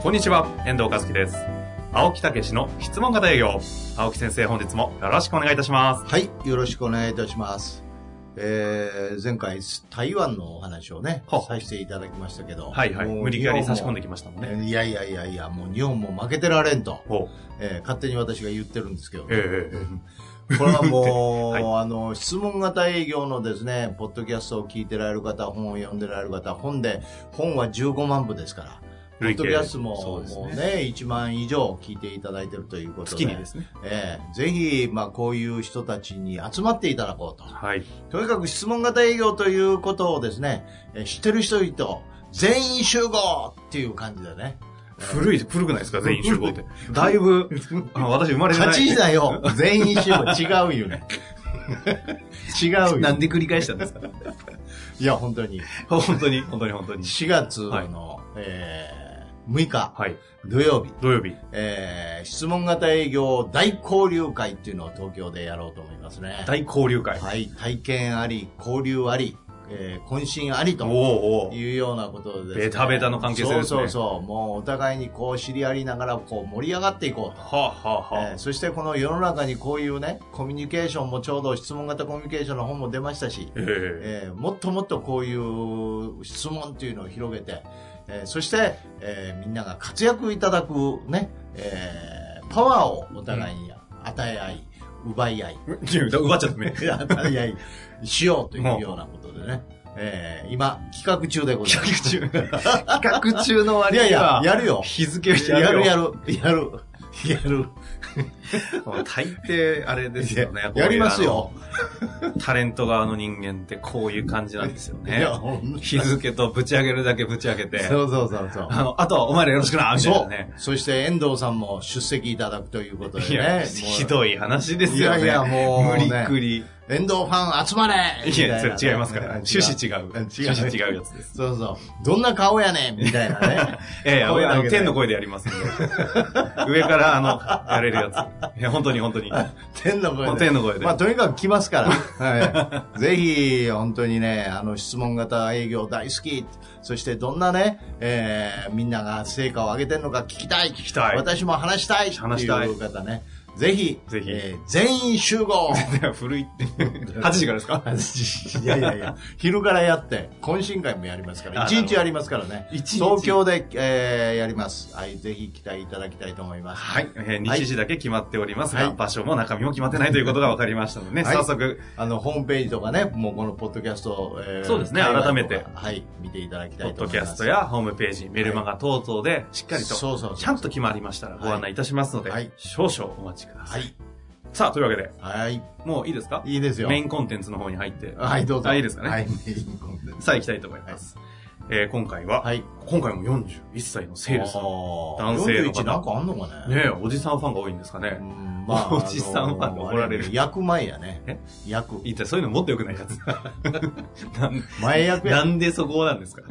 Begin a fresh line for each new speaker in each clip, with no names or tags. こんにちは、遠藤和樹です。青木武の質問型営業。青木先生、本日もよろしくお願いいたします。
はい、よろしくお願いいたします。えー、前回、台湾のお話をね
は、
させていただきましたけど、
はいはい。無理やり差し込んできましたもん
ね。
ね。
いやいやいやいや、もう日本も負けてられんと、
ほう。
えー勝手に私が言ってるんですけど、
えええ
これはもう、
はい
あの、質問型営業のですね、ポッドキャストを聞いてられる方、本を読んでられる方、本で、本は15万部ですから、ポッ
累
ド
計
キャストも
そうですね
もうね、1万以上聞いていただいてるということで、
月にですね。
ええぜひ、まあ、こういう人たちに集まっていただこうと。
はい。
とにかく質問型営業ということをですね、えー知ってる人々、全員集合っていう感じでね。
古い、古くないですか全員集合って。
だ いぶ、
あ私生まれてない。
勝ち時代よ。全員集合。違うよね。違うよ。
なんで繰り返したんですか
いや、本当に。
本当に、本当に本 当に。
4月の、
はい
えー6日、
はい。
土曜日、
土曜日。
えー質問型営業大交流会っていうのを東京でやろうと思いますね。
大交流会。
はい、体験あり、交流あり、えー渾身ありと。
おおおう
いうようなことでですね、
ベタベタの関係性ですね
そうそうそう。もうお互いにこう知り合いながらこう盛り上がっていこうと。
はあ、はあは
えーそしてこの世の中にこういうね、コミュニケーションもちょうど質問型コミュニケーションの本も出ましたし、
ええ
えーもっともっとこういう質問というのを広げて、えーそして、えーみんなが活躍いただくね、えーパワーをお互いに与え合い、奪い合い、
いや奪っちゃダメ。
与 え合いしようというようなことでね、えー今企画中でございます。
企画中。企画中の
い
割に
や
は。
いや、やるよ。
日付を
やるや
る。
る、やる、やる。
大抵、あれですよね。こういう
やりますよ。
タレント側の人間ってこういう感じなんですよ
い
ね
や、。ほんと
日付とぶち上げるだけぶち上げて、
そうそうそうそう。
あの、あとはお前らよろしくな、みたい
そ
な
う、
ね。
そして遠藤さんも出席いただくということで
いや、
ね。
ひどい話ですよね。
いやいやもうね
無理くり。
もう遠藤ファン集まれみ
い
たいな
や、それ違いますから。趣旨違う。
違う
趣旨違うやつです。
そうそう。どんな顔やねんみたいなね。
いやいや、俺
声だ
あ
け
の、
で
天の声でやりますん で。上から、あの、やれるやつ。いや、本当に本当に。
天の声で。
天の声で
まあ、とにかく来ま すから。はい。ぜひ、本当にね、あの、質問型営業大好き。そして、どんなね、えーみんなが成果を上げてるのか聞きたい。聞
きたい
私も話したい。
話したい
っていう方ね。ぜひ、
ぜひ
えー全員集 合
古いって。8時からですか
いやいやいや、 昼からやって、懇親会もやりますから、
あ
一日やりますからね。
一日
東京で、えーやります。はい、ぜひ期待いただきたいと思います。
はい。えー日時だけ決まっておりますが、
はい
場所も中身も決まってないということが分かりましたのでね、
はい
早速、
あの、ホームページとかね、もうこのポッドキャスト、えー
そうですね
海外とか
改めて
はい、見ていただきた
ポッ
いと
ド
思
キ
い
ャ
ます。
ストやホームページ、メルマガ等々で、しっかりと、
そうそうそう
ちゃんと決まりましたらご案内いたしますので、
はい
少々お待ちくださ。
はいい、
さあ、というわけで、
はい、
もういいですか
いいですよ。
メインコンテンツの方に入って、
はい、どうぞ。
あいいですかね
はい、メインコンテンツ。
さあ行きたいと思います。えー今回は、
はい。
今回も41歳のセールスの、男
男
性の方
41なんかあんのかね
ねえ、おじさんファンが多いんですかね
う。ん
おじさんファンに怒られる
あの役前やね
え。
役。
一体そういうのもっと良くないや つ。なん
前役や。
なんでそこなんですか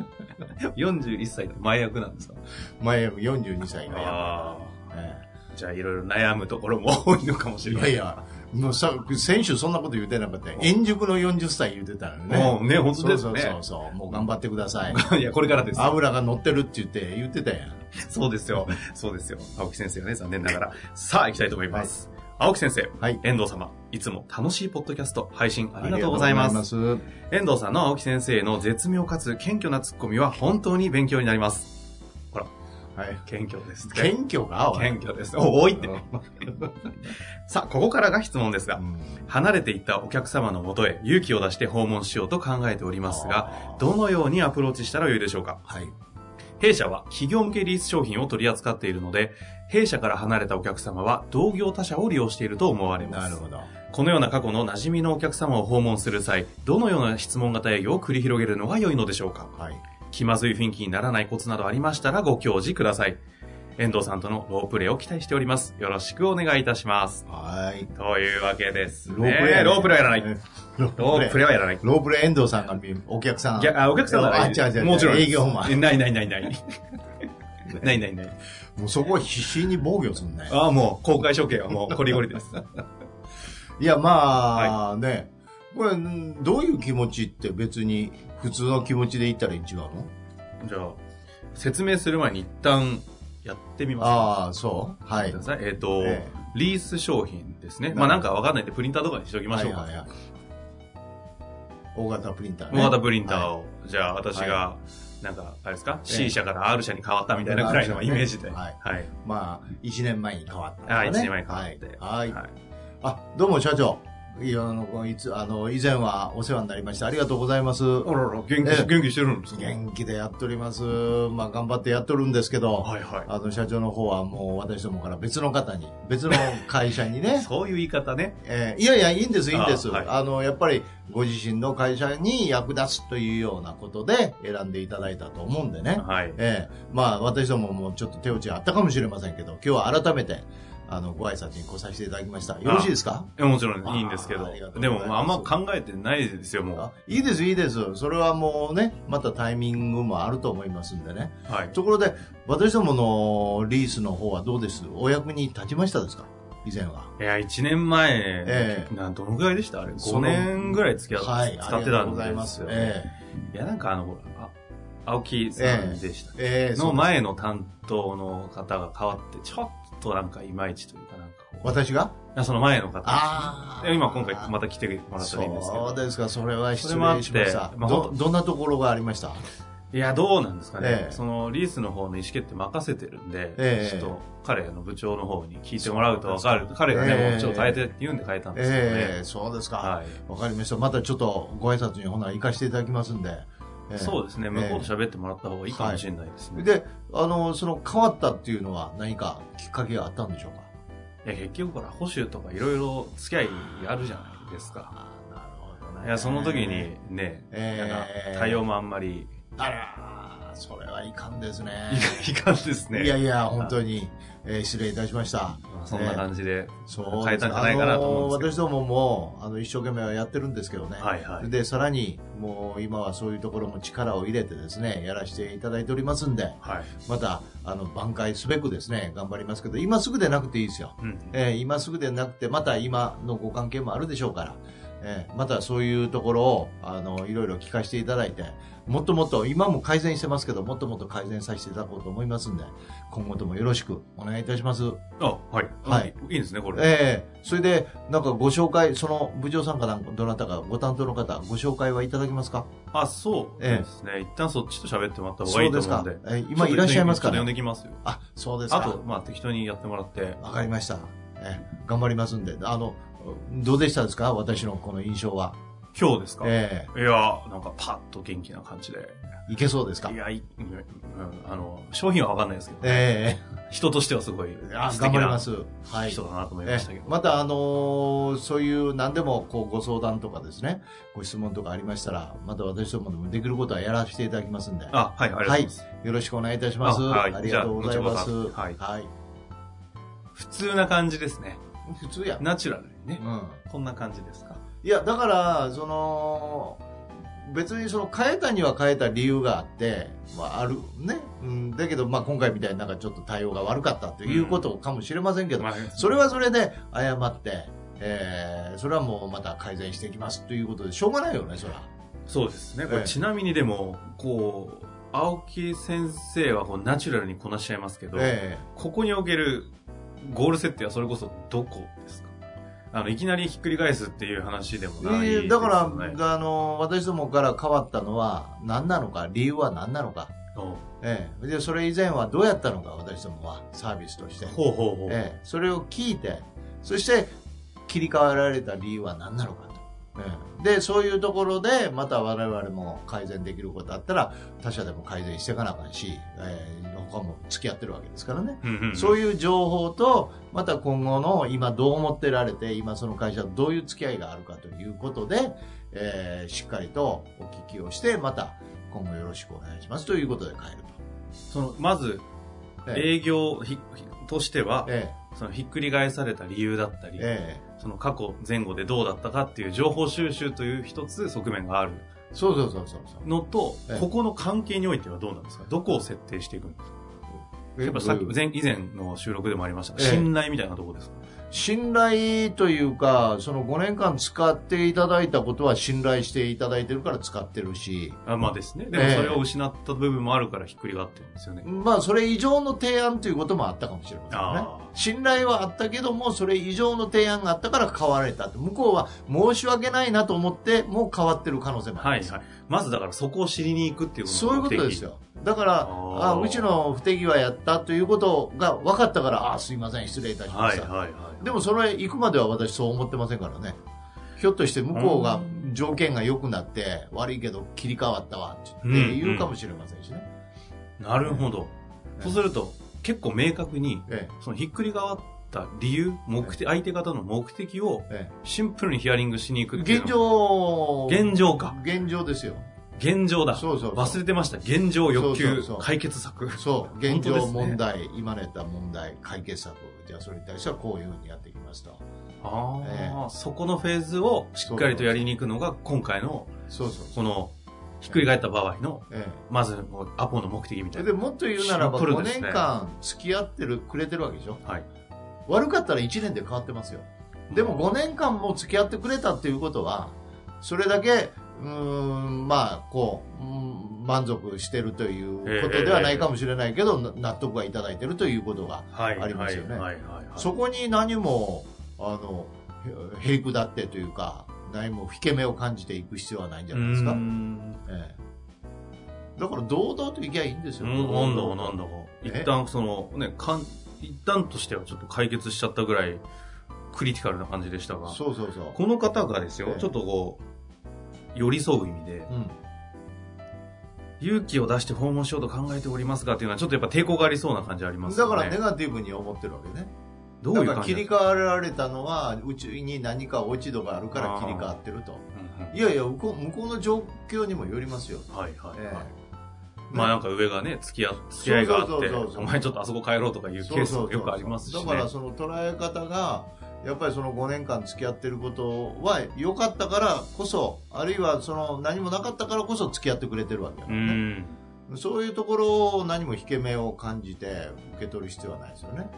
?41 歳って前役なんですか
前役、42歳が役。
あ
ええ
あ。じゃあいろいろ悩むところも多いのかもし
い
れな
や
い。
いや、もうさ、先週そんなこと言ってなかったよ。円熟の40歳言ってたのね。
もうね、本当
そう
です
そ
よ
う
ね。
そうそう。もう頑張ってください。
いや、これからです。
油が乗ってるって言って、言ってたやん。
そうですよ。そうですよ。青木先生はね、残念ながら。さあ、行きたいと思います。青木先生、
はい。
遠藤様、いつも楽しいポッドキャスト配信ありがとうございます。
ありがとうございま
遠藤さんの青木先生の絶妙かつ謙虚なツッコミは本当に勉強になります。
す。はい。
謙虚ですって。
謙虚かおい
謙虚です。お、多いって。さあ、ここからが質問ですが
う、ん
離れていったお客様のもとへ勇気を出して訪問しようと考えておりますが、
あー
どのようにアプローチしたらよいでしょうか
はい。
弊社は企業向けリース商品を取り扱っているので、弊社から離れたお客様は同業他社を利用していると思われま
な
す
る。ほど。
このような過去の馴染みのお客様を訪問する際、どのような質問型営業を繰り広げるのが良いのでしょうか
はい。
気まずい雰囲気にならないコツなどありましたらご教示ください。遠藤さんとのロープレイを期待しております。よろしくお願いいたします。
はい。
というわけです、ね。
ロープレイはね
ロープレイはやらない。
ロープレイ
ロープレイはやらない。
ロープレイ遠藤さんが見お客さん。
いやあお客さんは
あ、違う違う違う。
もちろん。
営業マン。
ン。ないないないない。ないないない。
もうそこは必死に防御すんね。
ああ、もう、公開処刑はもう、こりごり です。
いや、まあ、ね。これ、んどういう気持ちって別に普通の気持ちで言ったら違うの
じゃあ、説明する前に一旦やってみま
ああ、そうは
す。
い
くだ。さい。えっ、と、
え
リース商品ですね。まあなんかわかんないんで、プリンターとかにしておきましょうか。
はいはいはい大型プリンターね。
大型プリンター
を。
を、じゃあ私が、なんか、あれですか、
え
C 社から R 社に変わったみたいなぐらいのイメージで。
は
はいい。
まあ、1年前に変わった、
あ一年前に変わって
はい。は
はいい
あ、どうも社長。いや、あの、こいつ、あの、以前はお世話になりました。ありがとうございます。
あらら、元気、
ええ
元気してるんですか
元気でやっております。まあ、頑張ってやっておるんですけど、
はいは
あの、社長の方はもう私どもから別の方に、別の会社に
い。
ね、
そういう言い方ね。
えーいやいや、いいんです、いいんです。あ,、
あはい
の、やっぱり、ご自身の会社に役立つというようなことで選んでいただいたと思うんでね。
はい。
ええまあ、私どももちょっと手打ちあったかもしれませんけど、今日は改めて、あの、ご挨拶に来させていただきました。よろしいですか
いやもちろんいいんですけ
あ
ど
ありがとうご。ざ
で
います
も、まああんま考えてないですよ、もう。
あいいです、いいです。それはもうね、またタイミングもあると思いますんでね。
はい。
ところで、私どものリースの方はどうですお役に立ちましたですか以前は。
いや、1年前、
ええ
なんどのぐらいでしたあれ
その
?5 年ぐらい付き合って、
はい、
使ってたん
ありがとうござい
で
ますす。
よ。
え
いや、なんかあの、ほら、あ青木さんでしたっ
えええ
け。
そ
の
うです
前の担当の方が変わって、ちょっとなんかいまいちというか、なんかこう
私が
いや、その前の方。
あ
いや今今回また来てもらったらいいんですけ
そ
ど。
うですか、それは失礼しました
それもあっ。てまあ
ど
ほん
どんなところがありました
いや、どうなんですかね。
ええ
その、リースの方の意思決定任せてるんで、
ええ
ちょっと、彼の部長の方に聞いてもらうとわかる。彼がね、
ええ
もうちょっと変えてって言うんで変えたんですけどね。
ええそうですか。
はい。
わかりました。またちょっとご挨拶にほな行かせていただきますんで。ええ
そうですね、向こうと喋ってもらった方がいいかもしれないですね。
で、あの、その変わったっていうのは何かきっかけがあったんでしょうか
いや結局ほら、保守とかいろいろ付き合いあるじゃないですか。
ああ、なるほどね
いや、その時に。ね、なんか
ええ
対応もあんまり、
あら、それはいかんですね。
いかんですね。
いやいや、本当に、えー失礼いたしました。
まあそんな感じで。
そう
変えたんじゃないかなと思うんです
私どもも、あの、一生懸命やってるんですけどね。
はいはい。
で、さらに、もう今はそういうところも力を入れてですね、やらせていただいておりますんで、
はい。
また、あの、挽回すべくですね、頑張りますけど、今すぐでなくていいですよ。
うん。
えー今すぐでなくて、また今のご関係もあるでしょうから、えーまたそういうところを、あの、いろいろ聞かせていただいて、もっともっと、今も改善してますけど、もっともっと改善させていただこうと思いますんで、今後ともよろしくお願いいたします。
あ、はい。
はい
あ。いいんですね、これ。
ええそれで、なんかご紹介、その部長さんかなんか、どなたか、ご担当の方、ご紹介はいただけますか
あ、そうですね。一旦そっちと喋ってもらった方がいいと思うんで。
ええ今いらっしゃいますか
ちょっと呼ん
ら、
できますよ。
あ、そうです
あ
か。
と、まあ適当にやってもらって。
わかりました。ええ頑張りますんで、あの、どうでしたですか私のこの印象は。
今日ですかい
え
や、なんかパッと元気な感じで。
えいけそうですか
いや、いうんうんあの、商品はわかんないですけど、
え
人としてはすごい
えあ
素
頑
敵
張りま
な
す。はい。
人だなと思い
え
ましたけ
え
ど。
また、あのーそういう何でもこうご相談とかですね、ご質問とかありましたら、また私どもでもできることはやらせていただきますんで。
あ、はい、ありがとうございます。
よろしくお願いいたします。
あ
あ,、
はい
りがとうございます。
じゃあ後ほど
は
はいい。普通な感じですね。
普通や。
ナチュラルに
う
ね。
ん。
こんな感じですか。
いや、だから、その、別にその変えたには変えた理由があって、まあ、あるね。うん、だけど、まあ、今回みたいになんかちょっと対応が悪かったということかもしれませんけど、
まあ
それはそれで謝って、えー、それはもうまた改善していきますということで、しょうがないよね、そら。
そうですね。こ
え
れ
え
ちなみにでも、こう、青木先生はこうナチュラルにこなしちゃいますけど、
え
ここにおけるゴール設定はそれこそどこですかあの、いきなりひっくり返すっていう話でも
え
ない
ええだから、
ですよね
あの、私どもから変わったのは何なのか、理由は何なのか。ええ、でそれ以前はどうやったのか私どもはサービスとして、
ほうほうほう。
ええ、それを聞いてそして切り替えられた理由は何なのかと、ええ、でそういうところでまた我々も改善できることあったら他社でも改善していかなあかんし、ええ、他も付き合ってるわけですからね、
うんうん
そういう情報とまた今後の今どう思ってられて今その会社とどういう付き合いがあるかということで、ええしっかりとお聞きをしてまた今後よろしくお願いしますということで変えると。
そのまず
ええ
営業ひひとしては
え
そのひっくり返された理由だった
え
り
え
その過去前後でどうだったかっていう情報収集という一つ側面がある
えそうそうそうそうそう。
のと
ええ
ここの関係においてはどうなんですかどこを設定していくんですかやっぱさっき
え
前以前の収録でもありましたが
ええ
信頼みたいなところですか
信頼というか、その5年間使っていただいたことは信頼していただいてるから使ってるし、
あまあですねでも
ええ
それを失った部分もあるからひっくり返ってるんですよね
まあそれ以上の提案ということもあったかもしれませんね。
ああ
信頼はあったけども、それ以上の提案があったから変われたと。向こうは申し訳ないなと思って、もう変わってる可能性もあ
はい
ります。
はいまずだからそこを知りに行くっていう
そういうことです
よ
よ。だから、あ
あー
うちの不手際やったということが分かったから、あーすいません、失礼いたしま
は
し
い
た。
はいはい
でもそれ行くまでは私そう思ってませんからね。ひょっとして向こうが条件が良くなって、悪いけど切り替わったわって言っ
う
て
ん
言うかもしれませんしね。
なるほど、そうすると結構明確に
え
そのひっくり返った理由目的、相手方の目的を
え
シンプルにヒアリングしに行
え
くっていうの
現状。
現状か。
現状ですよ。
現状だ
そうそうそう
忘れてました現状欲
そうそ
求
うそう
解決策
そう。現
本当です
状
ね
問題、今出た問題、解決策。じゃあそれに対してはこういうふうにやっていきますと。
ああ、
え
そこのフェーズをしっかりとやりに行くのが今回の
そうそうそ
こ
う。
のひっくり返った場合の
ええ
まずもうアポの目的みたいな
でもっと言うならば
シンプ
5
ルです
年
ね
間付き合ってるくれてるわけでしょ、
はい
悪かったら1年で変わってますよでも5年間も付き合ってくれたっていうことはそれだけうーんまあこううん満足してるということではないかもしれないけど、な納得がいただいてるということが
はい
ありますよね
はいはいはいはい
そこに何もあのへへりくだってというか何も引け目を感じていく必要はないんじゃないです
うー
か、
ん
ええ、だから堂々といきゃいいんです
う
よ、
んなんだかなんだか
え
一旦そのねかん一旦としてはちょっと解決しちゃったぐらいクリティカルな感じでしたが
そうそうそう
この方がですよ、
ええ
ちょっとこう寄り添う意味で
うん
勇気を出して訪問しようと考えておりますがっていうのはちょっとやっぱ抵抗がありそうな感じあります
だ
よね
からネガティブに思ってるわけね。
どういう
だから
感じ
切
なん
り
です
替わられたのは、うちに何か落ち度があるから切り替わってると。
うんうん
いやいや、向こう向こうの状況にもよりますよ。
はいはいはい、
え
まあなんか上がね付き合付き合いがあって
そうそうそうそう
お前ちょっとあそこ帰ろうとかい
え
うケ
そう
ース
そうそう
もよくありますしね
だからその捉え方が、やっぱりその5年間付き合ってることは良かったからこそ、あるいはその何もなかったからこそ付き合ってくれてるわけだ
う
からね。
ん
そういうところを何も引け目を感じて受け取る必要はないですよね。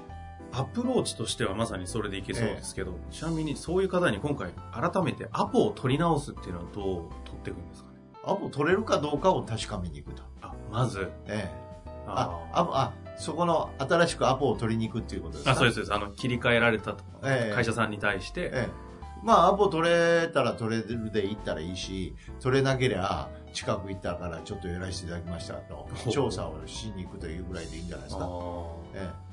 アプローチとしてはまさにそれでいけそうですけど、ちなみにそういう方に今回改めてアポを取り直すっていうのはどう取っていくんですかね
アポ取れるかどうかを確かめに行くと。
あまず
ええあ
あ
アポあそこの新しくアポを取りに行くっていうことです
あ
か
そうですそうですあの切り替えられたと
ええ
会社さんに対して、
ええまあアポ取れたら取れるで行ったらいいし取れなけりゃ近く行ったからちょっとやらせていただきましたと
ほう
調査をしに行くというぐらいでいいんじゃないですか、
あ
え
あ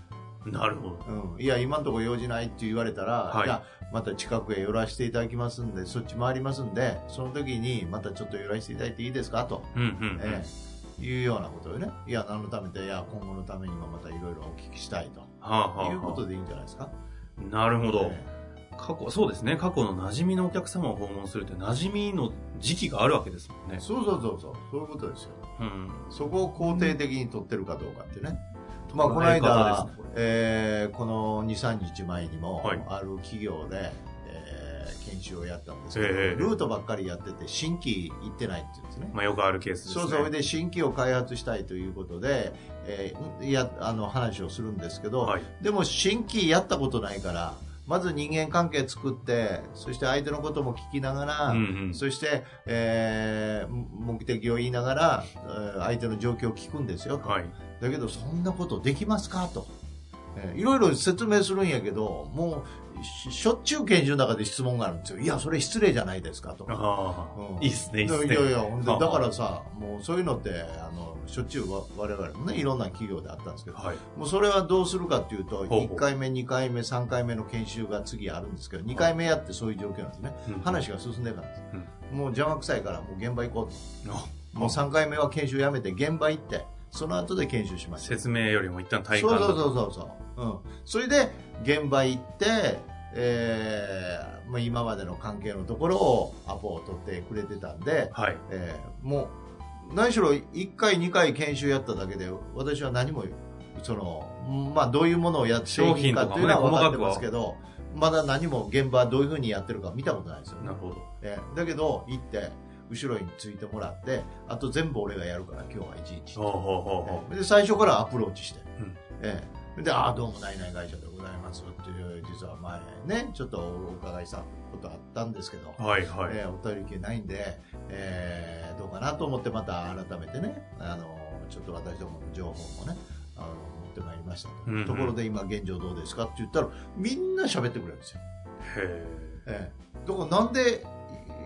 なるほど
えうん、いや今のところ用事ないって言われたら、
はい
じゃあまた近くへ寄らせていただきますんでそっち回りますんでその時にまたちょっと寄らせていただいていいですかと、
うんうんうん、
ええいうようなことをねいや何のためでいや今後のためにもまたいろいろお聞きしたいと
はあはあはあ
いうことでいいんじゃないですか
なるほど、
ええ
過去そうですね過去の馴染みのお客様を訪問するって馴染みの時期があるわけですもんね、
そうそうそうそうそういうことですよ
うん、
そこを肯定的に取ってるかどうかってね。まあ、この
捉え
間、
方ですねこれ
えーこの2、3日前にも、
はい
ある企業で、えー研修をやったんですけど、
ええ
ルートばっかりやってて、新規行ってないって言うんですね。
まあ、よくあるケースですね
そうそう、それで新規を開発したいということで、えーいや、あの、話をするんですけど、
はい
でも新規やったことないから、まず人間関係作って、そして相手のことも聞きながら、
うんうん
そして、えー目的を言いながら、えー相手の状況を聞くんですよと、
はい
だけどそんなことできますかと、えーいろいろ説明するんやけどもうししょっちゅう研修の中で質問があるんですよいやそれ失礼じゃないですかとか
ああ、
うん
いいっすねいいっ
いや
す
い
ね
やいやほんで
はあ
だからさもうそういうのってあのしょっちゅうわ我々もねいろんな企業であったんですけど
はい
もうそれはどうするかっていうと
ほうほう
1回目2回目3回目の研修が次あるんですけど2回目やってそういう状況なんですね
うん
話が進んでたんです、もう邪魔くさいからもう現場行こうと
あ
もう3回目は研修やめて現場行ってその後で研修しました
説明よりも一旦体
そう
感
そう
だと
そうそうそう、うん、それで現場行って、えーまあ、今までの関係のところをアポを取ってくれてたんで、
はい
えーも何しろ1回2回研修やっただけで私は何もそのまあどういうものをやってい
商品
い
とか
か
もね
というのは分かっ
細か
て
くは
ますけどまだ何も現場どういうふうにやってるか見たことないですよね
なるほど。
えだけど行って後ろについてもらってあと全部俺がやるから今日は一日
ほうほうほうほ
で最初からアプローチして、
うん
ええで「ああどうも何々会社でございます」っていう実は前ねちょっとお伺いしたことあったんですけど、
う。はいはい。
ええお便り系ないんで、ええどうかなと思ってまた改めてねあのちょっと私どもの情報もねあの持ってまいりましたと、
うんうん
ところで今現状どうですかって言ったらみんな喋ってくれるんですよ
へえ。
ええ、だからなんで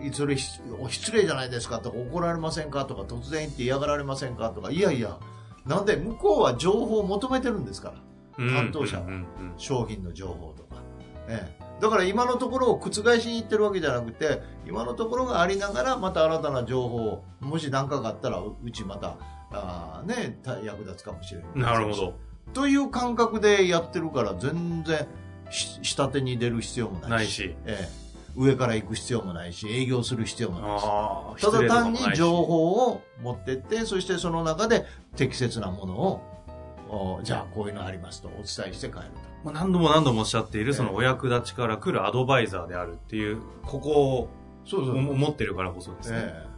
いそれひ失礼じゃないですかとか怒られませんかとか突然言って嫌がられませんかとかいやいやなんで向こうは情報を求めてるんですから担当者
うんうんうん
商品の情報とか、ええ、だから今のところを覆しに行ってるわけじゃなくて今のところがありながらまた新たな情報をもし何かがあったらううちまたあー、ね、た役立つかもしれない
うんなるほど。
という感覚でやってるから全然し下手に出る必要も
ないし。
ええ、上から行く必要もないし営業する必要もないし
ああ、
ただ単に
失礼とかもないし
情報を持ってってそしてその中で適切なものをおじゃあこういうのありますとお伝えして帰る
まあ何度も何度もおっしゃっている、
ええ
そのお役立ちから来るアドバイザーであるっていう、ここ
とそう
をも持ってるからこそですね。
え